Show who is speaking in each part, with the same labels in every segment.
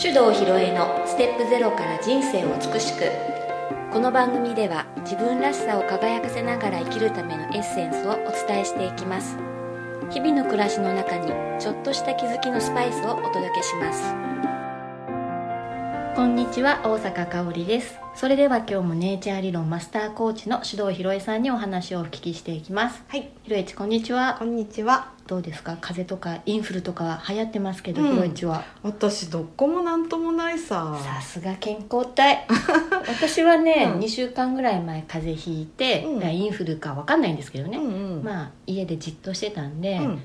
Speaker 1: 手動ひろえのステップゼロから人生を美しくこの番組では自分らしさを輝かせながら生きるためのエッセンスをお伝えしていきます日々の暮らしの中にちょっとした気づきのスパイスをお届けします
Speaker 2: こんにちは大阪香織ですそれでは今日もネイチャー理論マスターコーチの指導ひろえさんにお話をお聞きしていきます
Speaker 3: はい、
Speaker 2: ひろえちこんにちは
Speaker 3: こんにちは。
Speaker 2: どうですか風邪とかインフルとか流行ってますけど、
Speaker 3: うん
Speaker 2: ひろえちは
Speaker 3: 私どこもなんともないさ。
Speaker 2: さすが健康 体私はね、
Speaker 3: うん
Speaker 2: 2週間ぐらい前風邪ひいて、
Speaker 3: うん
Speaker 2: インフルかわかんないんですけどね、
Speaker 3: うんうん。
Speaker 2: まあ家でじっとしてたんで、
Speaker 3: うん、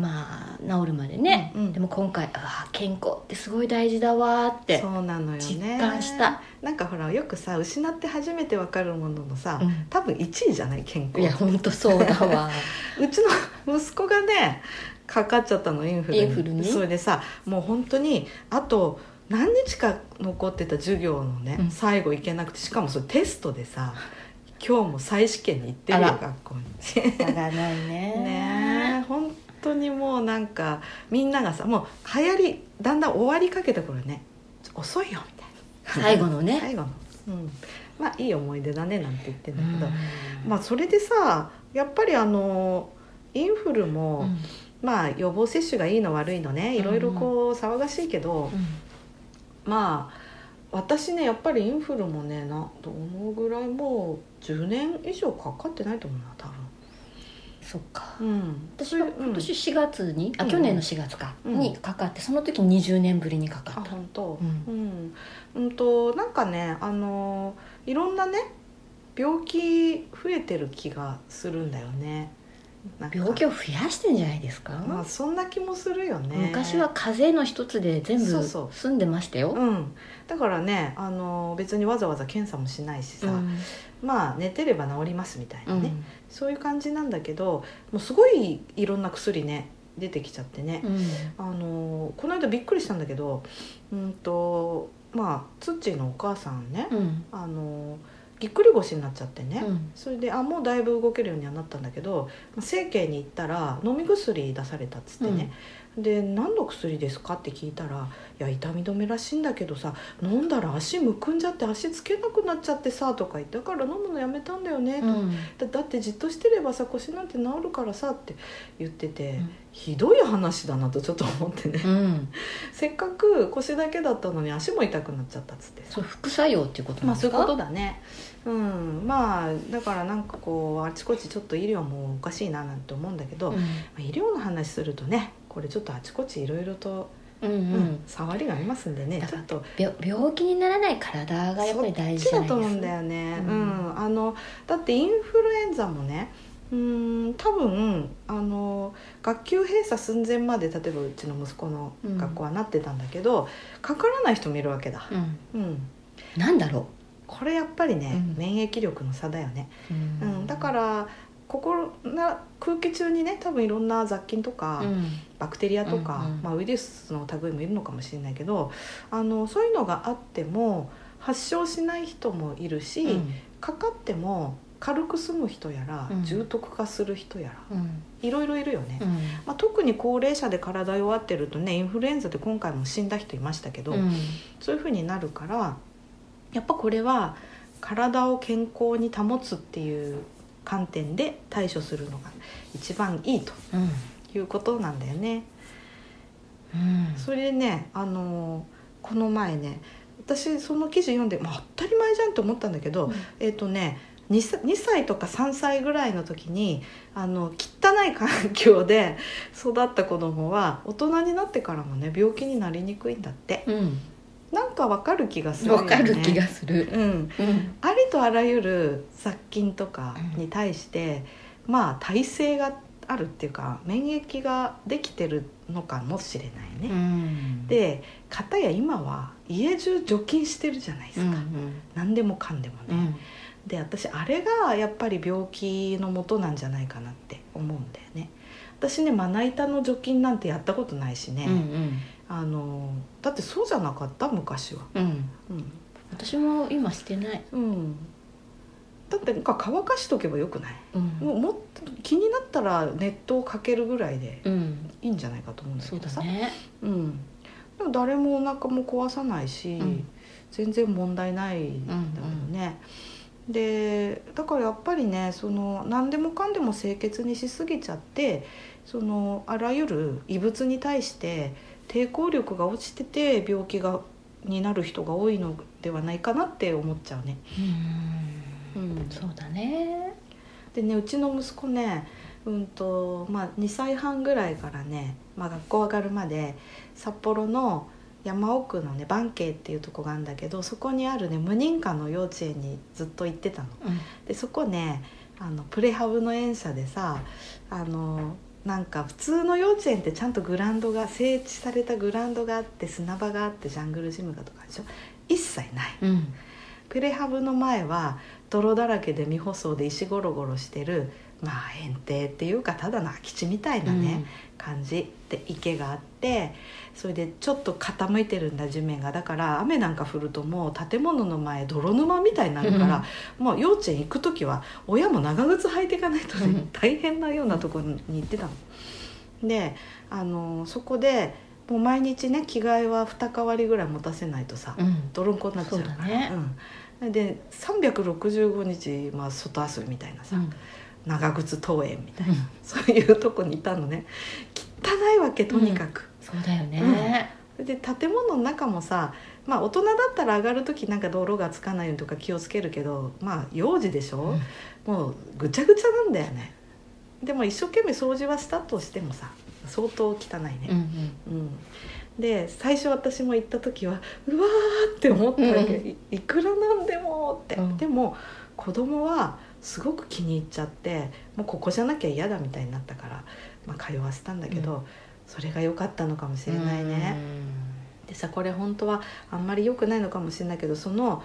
Speaker 2: まあ治るまでね、
Speaker 3: うんうん
Speaker 2: でも今回ああ健康ってすごい大事だわーって
Speaker 3: そうなのよね。
Speaker 2: 実感した、
Speaker 3: なんかほらよくさ失って初めてわかるもののさ、
Speaker 2: うん
Speaker 3: 多分1位じゃない健
Speaker 2: いや
Speaker 3: 康。
Speaker 2: ほんとそうだ わ
Speaker 3: うちの息子がねかかっちゃったのインフル
Speaker 2: イ
Speaker 3: に。
Speaker 2: ンフルに
Speaker 3: それでさもう本当にあと。何日か残ってた授業のね、
Speaker 2: うん
Speaker 3: 最後行けなくてしかもそれテストでさ今日も再試験に行ってる
Speaker 2: あ
Speaker 3: よ
Speaker 2: ら
Speaker 3: 学校に。
Speaker 2: しょうがないね
Speaker 3: ねえ本当にもうなんかみんながさもう流行りだんだん終わりかけた頃ねちょ遅いよみたいな
Speaker 2: 最後のね
Speaker 3: 最後の、うん、まあいい思い出だねなんて言ってん
Speaker 2: う
Speaker 3: だ
Speaker 2: ん
Speaker 3: けど、まあそれでさやっぱりあのインフルも、
Speaker 2: うん
Speaker 3: まあ予防接種がいいの悪いのねいろいろこう騒がしいけど、まあ私ねやっぱりインフルもねなどのぐらいもう10年以上かかってないと思うな多分。
Speaker 2: そっか
Speaker 3: うん、
Speaker 2: 私は今年4月に、あ
Speaker 3: うん
Speaker 2: 去年の4月か、
Speaker 3: うん
Speaker 2: にかかってその時20年ぶりにかか
Speaker 3: あ
Speaker 2: った、
Speaker 3: 本当。
Speaker 2: うん
Speaker 3: うん、うんとなんかねあのいろんなね病気増えてる気がするんだよね。なんか
Speaker 2: 病気を増やしてんじゃないですか、
Speaker 3: まあそんな気もするよね。
Speaker 2: 昔は風邪の一つで全
Speaker 3: そ
Speaker 2: 部
Speaker 3: うそう
Speaker 2: 済んでましたよ
Speaker 3: うん、だからねあの別にわざわざ検査もしないしさ、
Speaker 2: うん
Speaker 3: まあ寝てれば治りますみたいな
Speaker 2: うん
Speaker 3: ね、そういう感じなんだけどもうすごいいろんな薬ね出てきちゃってね、
Speaker 2: うん
Speaker 3: あのこの間びっくりしたんだけどうんとまあツッチーのお母さんね、
Speaker 2: うん
Speaker 3: あのぎっくり腰になっちゃってね、
Speaker 2: うん
Speaker 3: それであもうだいぶ動けるようにはなったんだけどまあ整形に行ったら飲み薬出されたっつってね、で何の薬ですかって聞いたら「いや痛み止めらしいんだけどさ飲んだら足むくんじゃって足つけなくなっちゃってさ」とか言って「だから飲むのやめたんだよね」と
Speaker 2: うん
Speaker 3: だだってじっとしてればさ腰なんて治るからさって言ってて、
Speaker 2: うん
Speaker 3: ひどい話だなとちょっと思ってね、
Speaker 2: うん
Speaker 3: せっかく腰だけだったのに足も痛くなっちゃったっつって
Speaker 2: それ副作用っていうことなん
Speaker 3: ま
Speaker 2: で
Speaker 3: あそう
Speaker 2: す
Speaker 3: いう
Speaker 2: か、
Speaker 3: ことだねうんまあだからなんかこうあちこちちょっと医療もおかしいななんて思うんだけど、まあ医療の話するとねこれちょっとあちこちいろいろと、
Speaker 2: うんうん
Speaker 3: う
Speaker 2: うんん
Speaker 3: 触りがありますんでね
Speaker 2: だ
Speaker 3: ち
Speaker 2: か
Speaker 3: ょ
Speaker 2: ら
Speaker 3: っと
Speaker 2: 病病気にならない体がやっぱり大事
Speaker 3: そっ
Speaker 2: じ
Speaker 3: ち
Speaker 2: ゃ
Speaker 3: だ
Speaker 2: ないで
Speaker 3: と思う
Speaker 2: す
Speaker 3: んだ
Speaker 2: か
Speaker 3: よね、
Speaker 2: う
Speaker 3: うんんあのだってインフルエンザもねうん多分あの学級閉鎖寸前まで例えばうちの息子の学校はなってたんだけど、かからない人もいるわけだ、
Speaker 2: うん
Speaker 3: うん、
Speaker 2: なんだろ
Speaker 3: これやっぱりね、
Speaker 2: うん
Speaker 3: 免疫力の差だよね、
Speaker 2: う、うん
Speaker 3: うん、だからここな空気中にね多分いろんな雑菌とか、
Speaker 2: うん
Speaker 3: バクテリアとか、
Speaker 2: うんうん
Speaker 3: まあ、ウイルスの類もいるのかもしれないけどあのそういうのがあっても発症しない人もいるし、
Speaker 2: うん
Speaker 3: かかっても軽く済む人やら、
Speaker 2: うん
Speaker 3: 重篤化する人やら
Speaker 2: うん
Speaker 3: いろいろいるよね、
Speaker 2: うん
Speaker 3: まあ、特に高齢者で体弱ってるとねインフルエンザで今回も死んだ人いましたけど、
Speaker 2: うん
Speaker 3: そういうふうになるからやっぱこれは体を健康に保つっていう観点で対処するのが一番いいと
Speaker 2: うん
Speaker 3: いうことなんだよね。
Speaker 2: うん
Speaker 3: それでねあのーこの前ね私その記事読んで、まあ、当たり前じゃんと思ったんだけど、
Speaker 2: うん
Speaker 3: えっ、とね 2, 歳2歳とか3歳ぐらいの時にあの汚い環境で育った子供は大人になってからもね病気になりにくいんだって
Speaker 2: う
Speaker 3: なんかわかる気がす
Speaker 2: ん
Speaker 3: るよ
Speaker 2: わ
Speaker 3: ね
Speaker 2: かる気がする、
Speaker 3: うん、
Speaker 2: うん
Speaker 3: ありとあらゆる殺菌とかに対して、まあ耐性があるっていうか免疫ができてるのかもしれない
Speaker 2: う
Speaker 3: ね、
Speaker 2: ん、
Speaker 3: で片や今は家中除菌してるじゃないです
Speaker 2: う
Speaker 3: か、
Speaker 2: んうん
Speaker 3: 何でもかんでも
Speaker 2: う
Speaker 3: ね、
Speaker 2: ん
Speaker 3: で私あれがやっぱり病気の元なんじゃないかなって思うんだよね私ねまな板の除菌なんてやったことないしね、
Speaker 2: うん
Speaker 3: あのだってそうじゃなかった昔は
Speaker 2: うんうん
Speaker 3: うん、
Speaker 2: 私も今してない、
Speaker 3: うん、だってなんか乾かしとけばよくない
Speaker 2: うん
Speaker 3: もうもっと気になったら熱湯をかけるぐらいで
Speaker 2: うん、
Speaker 3: いいんじゃないかと思うんだけ
Speaker 2: そう
Speaker 3: ど
Speaker 2: だ
Speaker 3: さ
Speaker 2: ね
Speaker 3: うん、でも誰もお腹も壊さないし、
Speaker 2: うん
Speaker 3: 全然問題ないんだけどね、でだからやっぱりねその何でもかんでも清潔にしすぎちゃってそのあらゆる異物に対して抵抗力が落ちてて病気がになる人が多いのではないかなって思っちゃうね。
Speaker 2: うん
Speaker 3: うん
Speaker 2: そうだね
Speaker 3: でねうちの息子ねうんとまあ、2歳半ぐらいからね、まあ、学校上がるまで札幌の山奥のね番慶っていうとこがあるんだけどそこにあるね無認可の幼稚園にずっと行ってたの。
Speaker 2: うん
Speaker 3: でそこねあのプレハブの園舎でさあのなんか普通の幼稚園ってちゃんとグラウンドが整地されたグラウンドがあって砂場があってジャングルジムがとかでしょ一切ない
Speaker 2: うん
Speaker 3: プレハブの前は泥だらけで未舗装で石ゴロゴロしてるまあ園庭っていうかただの空き地みたいなね、感じで池があってそれでちょっと傾いてるんだ地面がだから雨なんか降るともう建物の前泥沼みたいになるから、もう幼稚園行く時は親も長靴履いていかないとね、
Speaker 2: うん
Speaker 3: 大変なようなところに行ってたの。であのそこでもう毎日ね着替えは二変わりぐらい持たせないとさ、
Speaker 2: うんうん
Speaker 3: 泥んこになっちゃうか
Speaker 2: そう
Speaker 3: ら
Speaker 2: だね
Speaker 3: うん、で365日、まあ、外遊びみたいなさ、
Speaker 2: うん
Speaker 3: 長靴登園みたいな、 そういうとこにいたのね汚いわけとにかく、
Speaker 2: そうだよね、
Speaker 3: で建物の中もさ、まあ、大人だったら上がる時なんか泥がつかないようにとか気をつけるけどまあ幼児でしょ、もうぐちゃぐちゃなんだよねでも一生懸命掃除はしたとしてもさ相当汚いね、
Speaker 2: うんうん
Speaker 3: うん、で最初私も行った時はうわーって思ったわけ、
Speaker 2: うん
Speaker 3: いいくらなんでもって、
Speaker 2: うん
Speaker 3: でも子供はすごく気に入っちゃってもうここじゃなきゃ嫌だみたいになったから、まあ、通わせたんだけど、それが良かったのかもしれないね。でさこれ本当はあんまり良くないのかもしれないけどその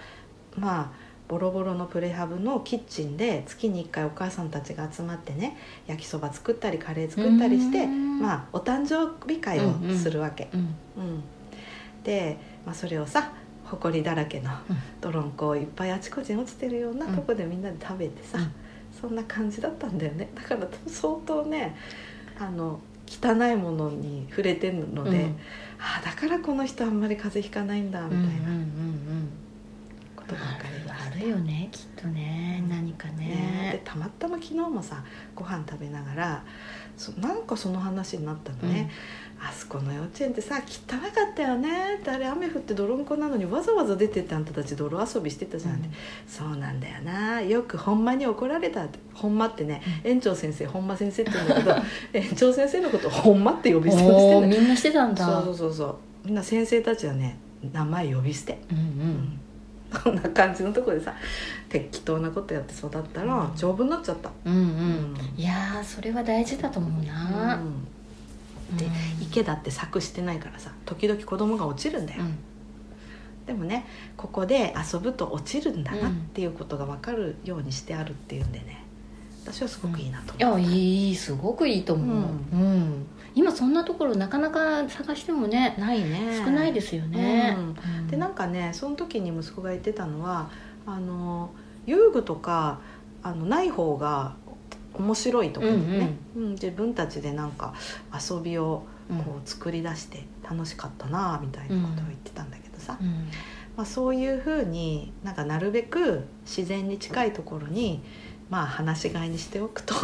Speaker 3: まあボロボロのプレハブのキッチンで月に1回お母さんたちが集まってね焼きそば作ったりカレー作ったりして、
Speaker 2: うん
Speaker 3: まあ、お誕生日会をするわけ、
Speaker 2: うん、うん
Speaker 3: うん、で、まあ、それをさほこりだらけの
Speaker 2: うん
Speaker 3: 泥んこをいっぱいあちこちに落ちてるような
Speaker 2: うん
Speaker 3: とこでみんなで食べてさ、
Speaker 2: うん
Speaker 3: そんな感じだったんだよねだから相当ねあの汚いものに触れてるので、
Speaker 2: うん
Speaker 3: ああだからこの人あんまり風邪ひかないんだみ
Speaker 2: うんうんうん
Speaker 3: たいなことが分かりました
Speaker 2: あ。るあるよねきっとね何か
Speaker 3: ねで
Speaker 2: ね
Speaker 3: たまたま昨日もさご飯食べながらそなんかその話になったのね、あそこの幼稚園ってさ汚かったよねってあれ雨降って泥んこなのにわざわざ出てってあんたたち泥遊びしてたじゃんって、そうなんだよなよくほんまに怒られたってほんまってね園長先生本間先生って言うんだけど園長先生のことほんまって呼び捨てにして
Speaker 2: お
Speaker 3: ん
Speaker 2: ー
Speaker 3: だよ
Speaker 2: みんなしてたんだ
Speaker 3: そうそうそうそうみんな先生たちはね名前呼び捨て
Speaker 2: うんうん
Speaker 3: こんな感じのとこでさ適当なことやって育ったら丈夫になっちゃった、
Speaker 2: うん
Speaker 3: うん
Speaker 2: うんいやーそれは大事だと思うな、
Speaker 3: うんで
Speaker 2: うん
Speaker 3: 池だって柵してないからさ時々子供が落ちるんだよ、
Speaker 2: うん
Speaker 3: でもねここで遊ぶと落ちるんだなっていうことが分かるようにしてあるっていうんでね私はすごくいいなと
Speaker 2: い
Speaker 3: 思う、
Speaker 2: やいいすごくいいと思う、うん今そんなところなかなか探してもね
Speaker 3: ないね
Speaker 2: 少ないですすよね、
Speaker 3: う
Speaker 2: うん
Speaker 3: でなんかねその時に息子が言ってたのはあの遊具とかあのない方が面白いと思うんだよね、うん自分たちでなんか遊びを
Speaker 2: うん
Speaker 3: こう作り出して楽しかったなあみたいなことを言ってたんだけどさ、
Speaker 2: うん
Speaker 3: まあ、そういうふうになんかなるべく自然に近いところにまあ放し飼いにしておくと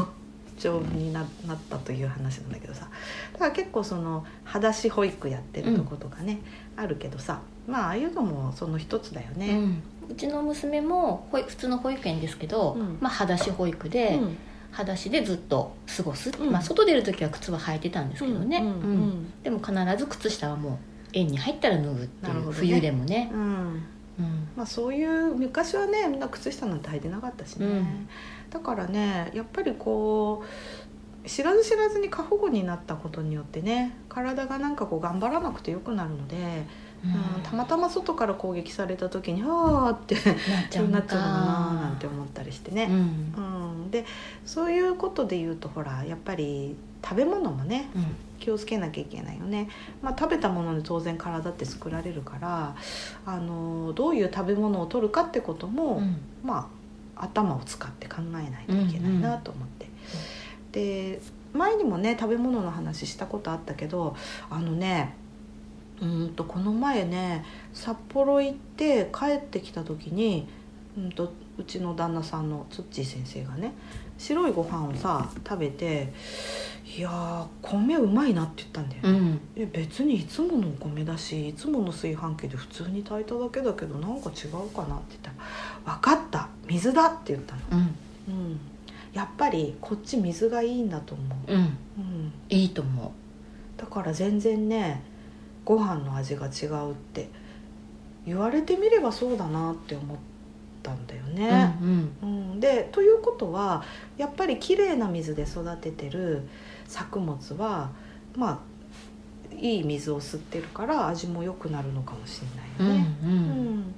Speaker 3: 丈夫にななったという話なんだけどさだから結構その裸足保育やってるとことかね、あるけどさまあああいうのもその一つだよ
Speaker 2: う
Speaker 3: ね。
Speaker 2: んうちの娘もほい普通の保育園ですけど、
Speaker 3: うん
Speaker 2: まあ裸足保育
Speaker 3: う
Speaker 2: で、
Speaker 3: ん
Speaker 2: 裸足でずっと過ごす、
Speaker 3: うん
Speaker 2: まあ、外出る時は靴は履いてたんですけどね、
Speaker 3: うんう
Speaker 2: うん
Speaker 3: ん
Speaker 2: でも必ず靴下はもう園に入ったら脱ぐってい
Speaker 3: なる
Speaker 2: う、
Speaker 3: ほどね
Speaker 2: 冬でもね
Speaker 3: う、ん
Speaker 2: うん
Speaker 3: まあ、そういう昔はねみんな靴下なんて履いてなかったしね、
Speaker 2: うん
Speaker 3: だからねやっぱりこう知らず知らずに過保護になったことによってね体がなんかこう頑張らなくてよくなるので、うんたまたま外から攻撃された時に「ああ」って
Speaker 2: なっちゃうの
Speaker 3: な
Speaker 2: か
Speaker 3: っちゃうのかななんて思ったりして
Speaker 2: う
Speaker 3: ね、
Speaker 2: ん
Speaker 3: うんでそういうことで言うとほらやっぱり食べ物もね
Speaker 2: うん
Speaker 3: 気をつけなきゃいけないよね、まあ、食べたもので当然体って作られるからあのどういう食べ物を取るかってことも、
Speaker 2: うん
Speaker 3: まあ、頭を使って考えないといけないなと思って、で前にもね食べ物の話したことあったけどあのねうーんとこの前ね札幌行って帰ってきた時にうんとうちの旦那さんのつっちー先生がね白いご飯をさ食べて「いやー米うまいな」って言ったんだよね、
Speaker 2: うん
Speaker 3: え別にいつものお米だしいつもの炊飯器で普通に炊いただけだけどなんか違うかなって言ったら「分かった水だ」って言ったの、
Speaker 2: うん
Speaker 3: うん、やっぱりこっち水がいいんだと思う、
Speaker 2: うん
Speaker 3: うん、
Speaker 2: いいと思
Speaker 3: だから全然ねご飯の味が違うって言われてみればそうだなって思ったんだよ
Speaker 2: う、
Speaker 3: ね、
Speaker 2: うんうん
Speaker 3: うんでということはやっぱりきれいな水で育ててる作物はまあいい水を吸ってるから味も良くなるのかもし
Speaker 2: う
Speaker 3: れ
Speaker 2: ん
Speaker 3: な
Speaker 2: う
Speaker 3: いよね。うん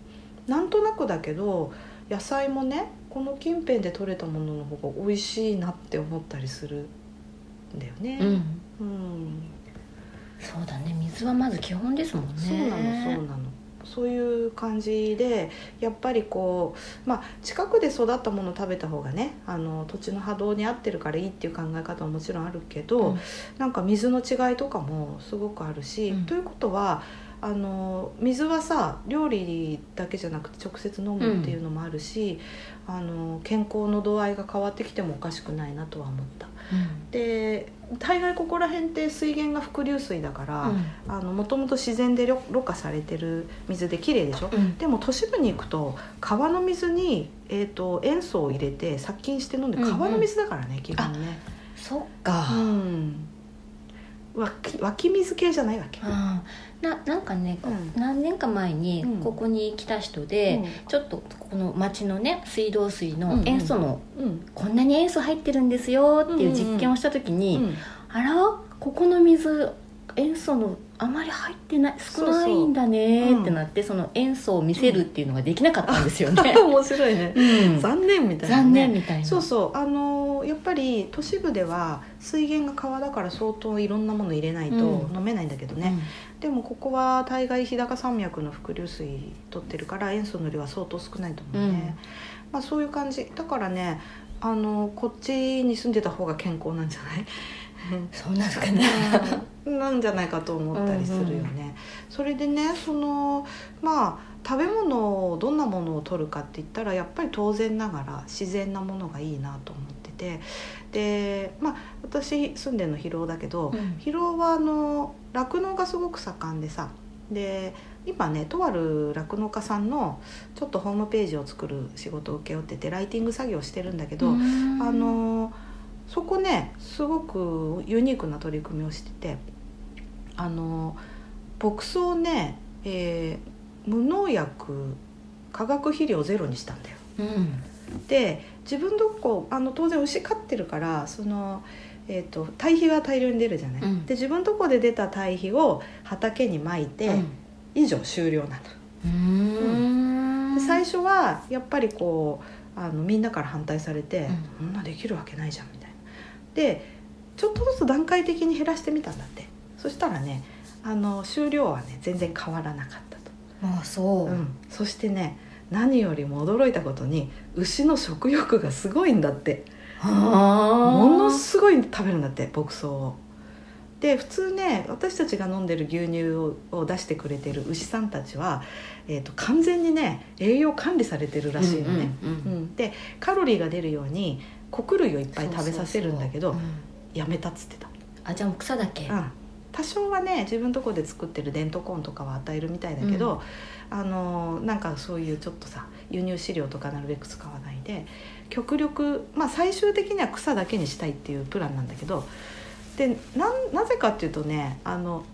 Speaker 3: なんとなくだけど野菜もねこの近辺で採れたものの方が美味しいなって思ったりするんだよね。
Speaker 2: うん、
Speaker 3: うん
Speaker 2: そうだね水はまず基本ですもんね
Speaker 3: そうなのそうなのそういう感じでやっぱりこうまあ近くで育ったものを食べた方がねあの土地の波動に合ってるからいいっていう考え方ももちろんあるけど、
Speaker 2: うん
Speaker 3: なんか水の違いとかもすごくあるし、
Speaker 2: うん
Speaker 3: ということはあの水はさ料理だけじゃなくて直接飲むっていうのもあるし、あの健康の度合いが変わってきてもおかしくないなとは思った。で大概ここら辺って水源が伏流水だから、
Speaker 2: う
Speaker 3: あのもともと自然でろろ過されてる水で綺麗でしょ
Speaker 2: んうん
Speaker 3: でも都市部に行くと川の水に、えー、と塩素を入れて殺菌して飲んで
Speaker 2: うんうん
Speaker 3: 川の水だからね、基本ね
Speaker 2: そっか、
Speaker 3: うん湧き湧き水系じゃないわけ、
Speaker 2: あーななんかね、
Speaker 3: うん
Speaker 2: 何年か前に
Speaker 3: うん
Speaker 2: ここに来た人で、ちょっとこの町のね水道水
Speaker 3: うん
Speaker 2: の
Speaker 3: うん
Speaker 2: 塩素の、
Speaker 3: うん
Speaker 2: こんなに塩素入ってるんですよっていう実験をした時に、
Speaker 3: うん
Speaker 2: あらここの水塩素のあまり入ってない少ないんだねってなってその塩素を見せるっていうのができなかったんですよね、
Speaker 3: 面白いね
Speaker 2: うん
Speaker 3: 残念みたいな、ね、
Speaker 2: 残念みたいな
Speaker 3: そうそうあのーやっぱり都市部では水源が川だから相当いろんなもの入れないと
Speaker 2: うん
Speaker 3: 飲めないんだけどね、でもここは大概日高山脈の伏流水取ってるから塩素の量は相当少ないと思うね、まあ、そういう感じだからねあのこっちに住んでた方が健康なんじゃない
Speaker 2: そうなのかな
Speaker 3: なんじゃないかと思ったりするよね、それでねそのまあ食べ物をどんなものを取るかって言ったらやっぱり当然ながら自然なものがいいなと思っててでまあ私住んでるの広尾だけど、
Speaker 2: うん
Speaker 3: 広尾はあの酪農がすごく盛んでさで今ねとある酪農家さんのちょっとホームページを作る仕事を請け負っててライティング作業をしてるんだけど、あのそこねすごくユニークな取り組みをしててあの牧草をね、えー無農薬化学肥料ゼロにしたんだよ。
Speaker 2: うん
Speaker 3: で自分どこあの当然牛飼ってるからその、えー、と堆肥が大量に出るじゃない。
Speaker 2: うん
Speaker 3: で自分どこで出た堆肥を畑にまいて、以上終了なの。
Speaker 2: うん
Speaker 3: で最初はやっぱりこうあのみんなから反対されて、そんなできるわけないじゃんみたいなでちょっとずつ段階的に減らしてみたんだってそしたらねあの終了はね全然変わらなかったと、
Speaker 2: まあそう、
Speaker 3: うんそしてね何よりも驚いたことに牛の食欲がすごいんだっても
Speaker 2: も
Speaker 3: のすごい食べるんだって牧草をで普通ね私たちが飲んでる牛乳をを出してくれてる牛さんたちは、えー、と完全にね栄養管理されてるらしいのね、
Speaker 2: うんうんう
Speaker 3: うんん、でカロリーが出るように穀類をいっぱい食べさせるんだけど
Speaker 2: そうそう
Speaker 3: やめたっつってた、
Speaker 2: そううんあじゃあもう草だけ
Speaker 3: うん、多少はね自分のとこで作ってるデントコーンとかは与えるみたいだけど、あのーなんかそういうちょっとさ輸入飼料とかなるべく使わないで極力、まあ、最終的には草だけにしたいっていうプランなんだけどでなんなぜかっていうとねあの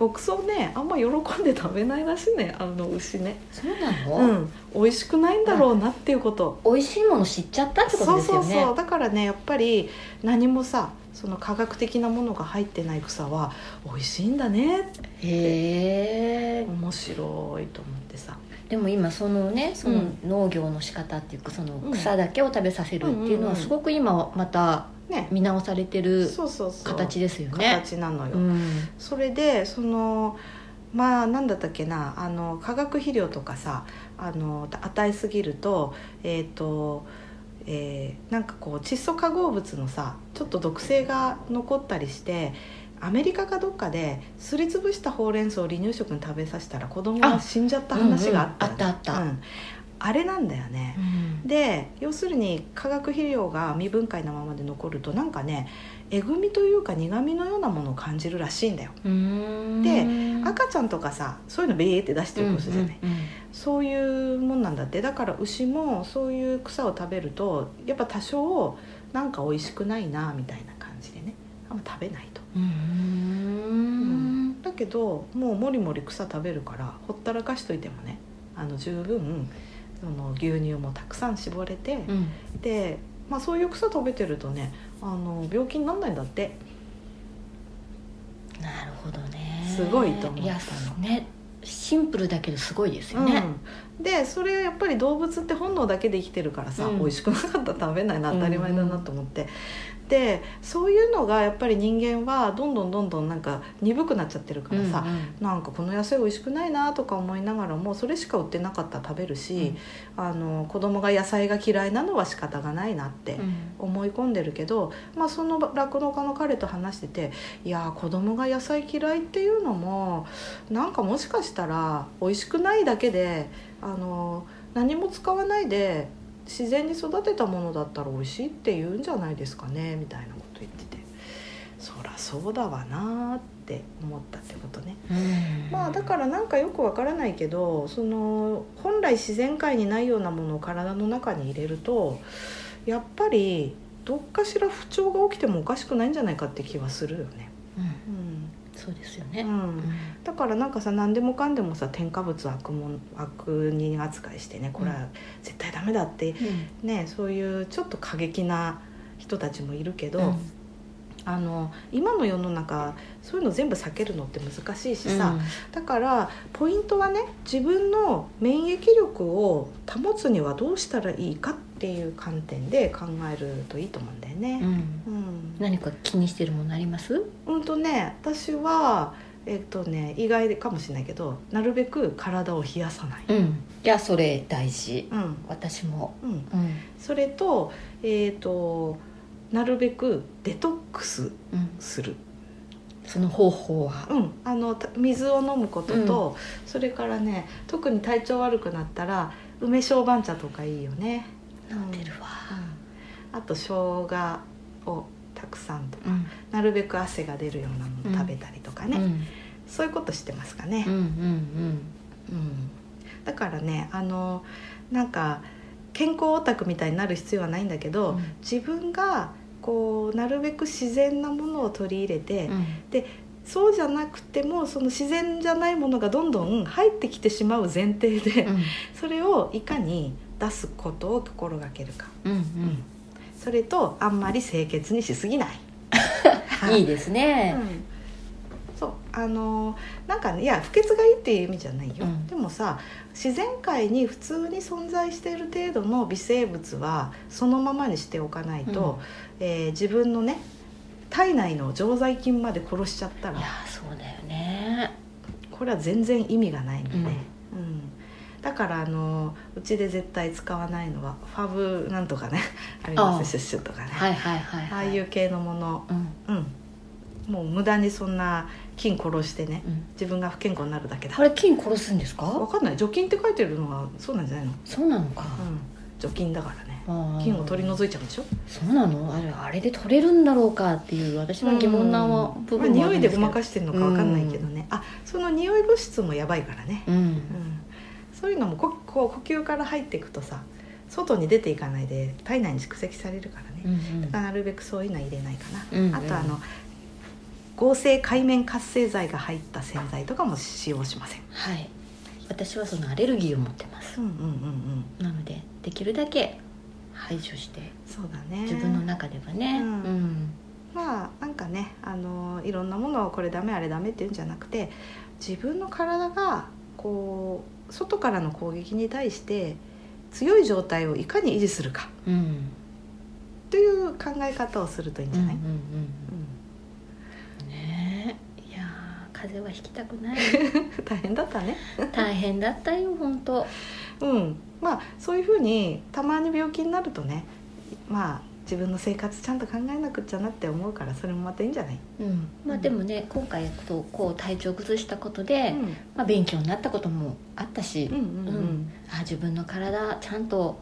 Speaker 3: 牧草ねあんま喜んで食べないらしいねあの牛ね、
Speaker 2: そうなの、
Speaker 3: うん、美味しくないんだろうなっていうこと、
Speaker 2: 美味しいもの知っちゃったってことですよね
Speaker 3: そうそうそうだからねやっぱり何もさその科学的なものが入ってない草は美味しいんだね
Speaker 2: へえ
Speaker 3: 面白いと思ってさ
Speaker 2: でも今そのねその
Speaker 3: うん
Speaker 2: 農業の仕方っていうかその
Speaker 3: うん
Speaker 2: 草だけを食べさせるっていうの
Speaker 3: うんうんうん
Speaker 2: はすごく今はまた
Speaker 3: ね
Speaker 2: 見直されてる
Speaker 3: そうそうそう
Speaker 2: 形ですよね
Speaker 3: 形なのよ、
Speaker 2: うん
Speaker 3: それでそのまあ何だったっけなあの化学肥料とかさあの与えすぎるとえっ、と、えーなんかこう窒素化合物のさちょっと毒性が残ったりしてアメリカかどっかですりつぶしたほうれん草を離乳食に食べさせたら子供が死んじゃった話があったよ
Speaker 2: あうんうんあっ
Speaker 3: ね、
Speaker 2: たあった
Speaker 3: うんあれなんだよね、で要するに化学肥料が未分解なままで残るとなんかねえぐみというか苦みのようなものを感じるらしいんだよ
Speaker 2: うん
Speaker 3: で
Speaker 2: うん
Speaker 3: 赤ちゃんとかさそういうのベーって出してる子するじゃない、
Speaker 2: うんうんうん
Speaker 3: そういうもんなんだってだから牛もそういう草を食べるとやっぱ多少なんか美味しくないなみたいな感じでねあんま食べないと
Speaker 2: うーん
Speaker 3: だけどもうもりもり草食べるからほったらかしといてもねあの十分その牛乳もたくさん絞れて、
Speaker 2: うん
Speaker 3: で、まあ、そういう草食べてるとねあの病気になんないんだって
Speaker 2: なるほどね
Speaker 3: すごいと思ったの
Speaker 2: いやねシンプルだけどすごいですよね、
Speaker 3: うん、でそれやっぱり動物って本能だけで生きてるからさ、
Speaker 2: うん
Speaker 3: 美味しくなかったら食べないな当たり前だなと思って、でそういうのがやっぱり人間はどんどんどんどんなんか鈍くなっちゃってるからさ、
Speaker 2: うんうん
Speaker 3: なんかこの野菜美味しくないなとか思いながらもそれしか売ってなかったら食べるし、あの子供が野菜が嫌いなのは仕方がないなって、
Speaker 2: うん
Speaker 3: 思い込んでるけど、まあ、その酪農家の彼と話してていやー子供が野菜嫌いっていうのもなんかもしかしたら美味しくないだけであの何も使わないで自然に育てたものだったら美味しいって言うんじゃないですかねみたいなこと言っててそらそうだわなーって思ったってことね。
Speaker 2: うん
Speaker 3: まあだからなんかよくわからないけどその本来自然界にないようなものを体の中に入れるとやっぱりどっかしら不調が起きてもおかしくないんじゃないかって気はするよね。
Speaker 2: うん
Speaker 3: うん
Speaker 2: そうですよね、
Speaker 3: うん、だからなんかさ何でもかんでもさ添加物を悪もん悪人扱いしてねこれは絶対ダメだってねそういうちょっと過激な人たちもいるけど、
Speaker 2: うん
Speaker 3: あの今の世の中そういうの全部避けるのって難しいしさ、
Speaker 2: うん
Speaker 3: だからポイントはね自分の免疫力を保つにはどうしたらいいかっていう観点で考えるといいと思うんだよ
Speaker 2: う
Speaker 3: ね。
Speaker 2: ん
Speaker 3: うん、
Speaker 2: 何か気にしてるものあります
Speaker 3: うんとね私はえっとね意外かもしれないけどなるべく体を冷やさない。
Speaker 2: うんいやそれ大事
Speaker 3: うん
Speaker 2: 私も
Speaker 3: うん、
Speaker 2: うん
Speaker 3: それとえっ、となるべくデトックス
Speaker 2: うん
Speaker 3: する。
Speaker 2: その方法は
Speaker 3: うん、あのた水を飲むことと、それからね特に体調悪くなったら梅小番茶とかいいよね。
Speaker 2: 飲んでるわ
Speaker 3: あと生姜をたくさんと
Speaker 2: うん
Speaker 3: なるべく汗が出るようなもの食べたりとかね、
Speaker 2: うん
Speaker 3: そういうことしてますかね
Speaker 2: うんう、ん
Speaker 3: うんだからねあのなんか健康オタクみたいになる必要はないんだけ
Speaker 2: う
Speaker 3: ど、
Speaker 2: ん
Speaker 3: 自分がこうなるべく自然なものを取り入れて、
Speaker 2: うん
Speaker 3: そうじゃなくてもその自然じゃないものがどんどん入ってきてしまう前提で、
Speaker 2: うん
Speaker 3: それをいかに出すことを心がけるか。
Speaker 2: うん
Speaker 3: それとあんまり清潔にし すぎない
Speaker 2: うんいい
Speaker 3: ね、
Speaker 2: です
Speaker 3: う
Speaker 2: ね
Speaker 3: んそうあのーなんかねいや不潔がいいっていう意味じゃないよ、
Speaker 2: うん
Speaker 3: でもさ自然界に普通に存在している程度の微生物はそのままにしておかないと、えー自分のね体内の常在菌まで殺しちゃった
Speaker 2: いや
Speaker 3: ら
Speaker 2: そうだよね
Speaker 3: これは全然意味がないんでね、うんだからあのーうちで絶対使わないのはファブなんとかねあります
Speaker 2: ああ
Speaker 3: ねシュッシュとかね、
Speaker 2: はいはいはい
Speaker 3: あ
Speaker 2: は
Speaker 3: あいう系のもの、
Speaker 2: うん
Speaker 3: うん、もう無駄にそんな菌殺してね
Speaker 2: うん
Speaker 3: 自分が不健康になるだけだ
Speaker 2: あれ菌殺すんです
Speaker 3: わ
Speaker 2: か
Speaker 3: かんない除菌って書いてるのがそうなんじゃないの、
Speaker 2: そうなのか
Speaker 3: うん、除菌だからね
Speaker 2: あー
Speaker 3: 菌を取り除いちゃうんでしょ
Speaker 2: そうなのあれあれで取れるんだろうかっていう私は疑問な部分
Speaker 3: うん
Speaker 2: も
Speaker 3: まあ、
Speaker 2: あるん
Speaker 3: 匂い
Speaker 2: で
Speaker 3: です
Speaker 2: け
Speaker 3: ご
Speaker 2: ど
Speaker 3: まかしてるのかわかんないけどね、あその匂い物質もやばいからね、
Speaker 2: う
Speaker 3: うんん、そういうのもここう呼吸から入っていくとさ外に出ていかないで体内に蓄積されるからね、
Speaker 2: うんうん
Speaker 3: なるべくそういうのは入れないかな、
Speaker 2: うんうん
Speaker 3: あとあの合成界面活性剤が入った洗剤とかも使用しません
Speaker 2: はい私はそのアレルギーを持ってます
Speaker 3: うんうんうんうん
Speaker 2: なのでできるだけ排除して
Speaker 3: そうだね
Speaker 2: 自分の中ではね、
Speaker 3: うん
Speaker 2: うん
Speaker 3: まあなんかねあのいろんなものをこれダメあれダメっていうんじゃなくて自分の体がこう外からの攻撃に対して強い状態をいかに維持するか
Speaker 2: うんうん
Speaker 3: という考え方をするといいん
Speaker 2: う
Speaker 3: じゃ
Speaker 2: んう
Speaker 3: ない、
Speaker 2: んねえいやー風邪はひきたくない
Speaker 3: うん 大変だったね
Speaker 2: 大変だったよ本当
Speaker 3: うん、まあそういうふうにたまに病気になるとねまあ自分の生活ちゃんと考えなくっちゃなって思うからそれもまたいいんじゃない、
Speaker 2: うんまあ、でもね今回こうこう体調崩したことで、
Speaker 3: うん
Speaker 2: まあ、勉強になったこともあったし、
Speaker 3: うんうんうん
Speaker 2: あ自分の体ちゃんと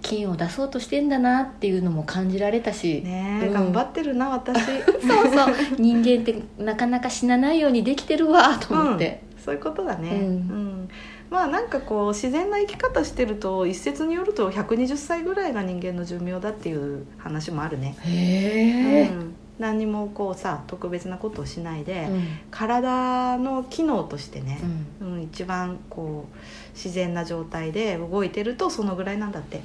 Speaker 2: 菌を出そうとしてんだなっていうのも感じられたし、
Speaker 3: ねえ、
Speaker 2: うん
Speaker 3: 頑張ってる な私
Speaker 2: そうそう人間ってなかなか死なないようにできてるわと思って、
Speaker 3: そういうことだね、
Speaker 2: うん
Speaker 3: うんまあなんかこう自然な生き方してると一説によると120歳ぐらいが人間の寿命だっていう話もあるね、
Speaker 2: へ
Speaker 3: う
Speaker 2: え、
Speaker 3: ん、何にもこうさ特別なことをしないで、
Speaker 2: うん
Speaker 3: 体の機能としてね
Speaker 2: う、ん
Speaker 3: うん一番こう自然な状態で動いてるとそのぐらいなんだって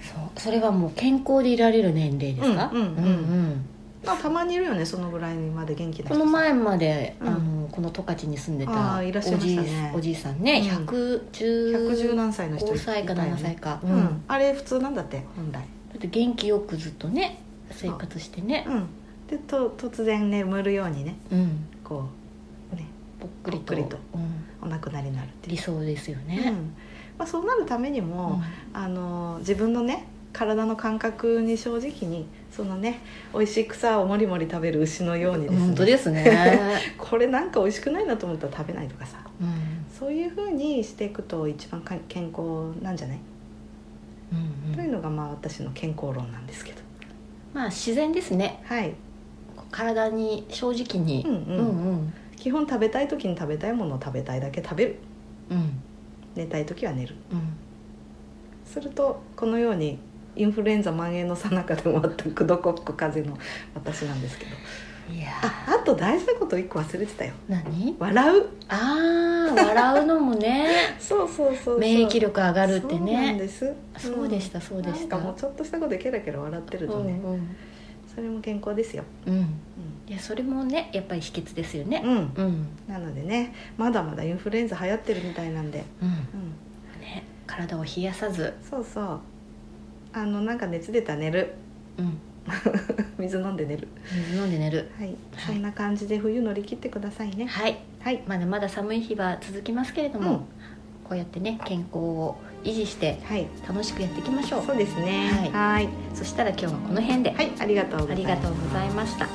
Speaker 2: そうそれはもう健康でいられる年齢ですか、
Speaker 3: うんうんうん
Speaker 2: ん
Speaker 3: まあたまにいるよねそのぐらいまで元気な
Speaker 2: こ
Speaker 3: 人さ
Speaker 2: の前まで、
Speaker 3: うん
Speaker 2: あのこの十勝に住んでた
Speaker 3: あ
Speaker 2: お
Speaker 3: ー
Speaker 2: じ
Speaker 3: いらっしゃいましたね
Speaker 2: おじいさんね
Speaker 3: うん110
Speaker 2: 115
Speaker 3: 何歳の人い
Speaker 2: 歳か
Speaker 3: いたよ
Speaker 2: 7
Speaker 3: ね
Speaker 2: 歳か、
Speaker 3: う
Speaker 2: うんん
Speaker 3: あれ普通なんだって本来
Speaker 2: だって元気よくずっとね生活してね
Speaker 3: うんでと突然眠るようにね
Speaker 2: うん
Speaker 3: こうね
Speaker 2: ぽっくりと
Speaker 3: ぽっくりと
Speaker 2: うん
Speaker 3: お亡くなりになるってい
Speaker 2: 理想ですよ
Speaker 3: う、う
Speaker 2: ね、
Speaker 3: んまあ、そうなるために
Speaker 2: うん
Speaker 3: も、あの自分のね体の感覚に正直にそのね美味しい草をもりもり食べる牛のようにですね
Speaker 2: 本当ですね、
Speaker 3: これなんか美味しくないなと思ったら食べないとかさ
Speaker 2: うん
Speaker 3: そういうふうにしていくと一番か健康なんじゃない、
Speaker 2: うんうん
Speaker 3: というのがまあ私の健康論なんですけど
Speaker 2: まあ自然ですね
Speaker 3: はい、
Speaker 2: 体に正直に、
Speaker 3: うんうん
Speaker 2: うん
Speaker 3: 基本食べたい時に食べたいものを食べたいだけ食べる
Speaker 2: うん
Speaker 3: 寝たい時は寝る
Speaker 2: うん
Speaker 3: するとこのようにインフルエンザ蔓延のさなかでもあったくどこっこ風邪の私なんですけど
Speaker 2: いや
Speaker 3: ああと大事なこと1個忘れてたよ
Speaker 2: 何
Speaker 3: 笑う
Speaker 2: あー笑うのも ね
Speaker 3: そうそうそうそう
Speaker 2: 免疫力上
Speaker 3: あ
Speaker 2: がるって
Speaker 3: そうなん
Speaker 2: ね
Speaker 3: です
Speaker 2: そうでしたそうでした
Speaker 3: なんかもうちょっとしたことでケラケラ笑ってるとね、
Speaker 2: うんうん
Speaker 3: それも健康ですよ、
Speaker 2: うんいやそれもねやっぱり秘訣ですよ
Speaker 3: う
Speaker 2: ね
Speaker 3: ん
Speaker 2: うん
Speaker 3: なのでねまだまだインフルエンザ流行ってるみたいなんで、
Speaker 2: うん
Speaker 3: うん、
Speaker 2: ね体を冷やさず
Speaker 3: そうそうあのなんか熱出たら寝る
Speaker 2: うん
Speaker 3: 水飲んで寝る
Speaker 2: 水飲んで寝る
Speaker 3: はい、
Speaker 2: はい
Speaker 3: そんな感じで冬乗り切ってくださいね
Speaker 2: はい
Speaker 3: はい
Speaker 2: まだまだ寒い日は続きますけれども、
Speaker 3: うん
Speaker 2: こうやってね健康を維持して
Speaker 3: はい
Speaker 2: 楽しくやっていきましょう
Speaker 3: そうですね
Speaker 2: はい
Speaker 3: はい
Speaker 2: そしたら今日はこの辺で、
Speaker 3: はい、ありがとうござ
Speaker 2: あ
Speaker 3: い
Speaker 2: り
Speaker 3: ま
Speaker 2: が
Speaker 3: す
Speaker 2: とうございました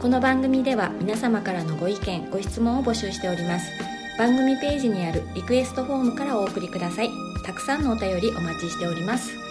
Speaker 1: この番組では皆様からのご意見ご質問を募集しております番組ページにあるリクエストフォームからお送りくださいたくさんのお便りお待ちしております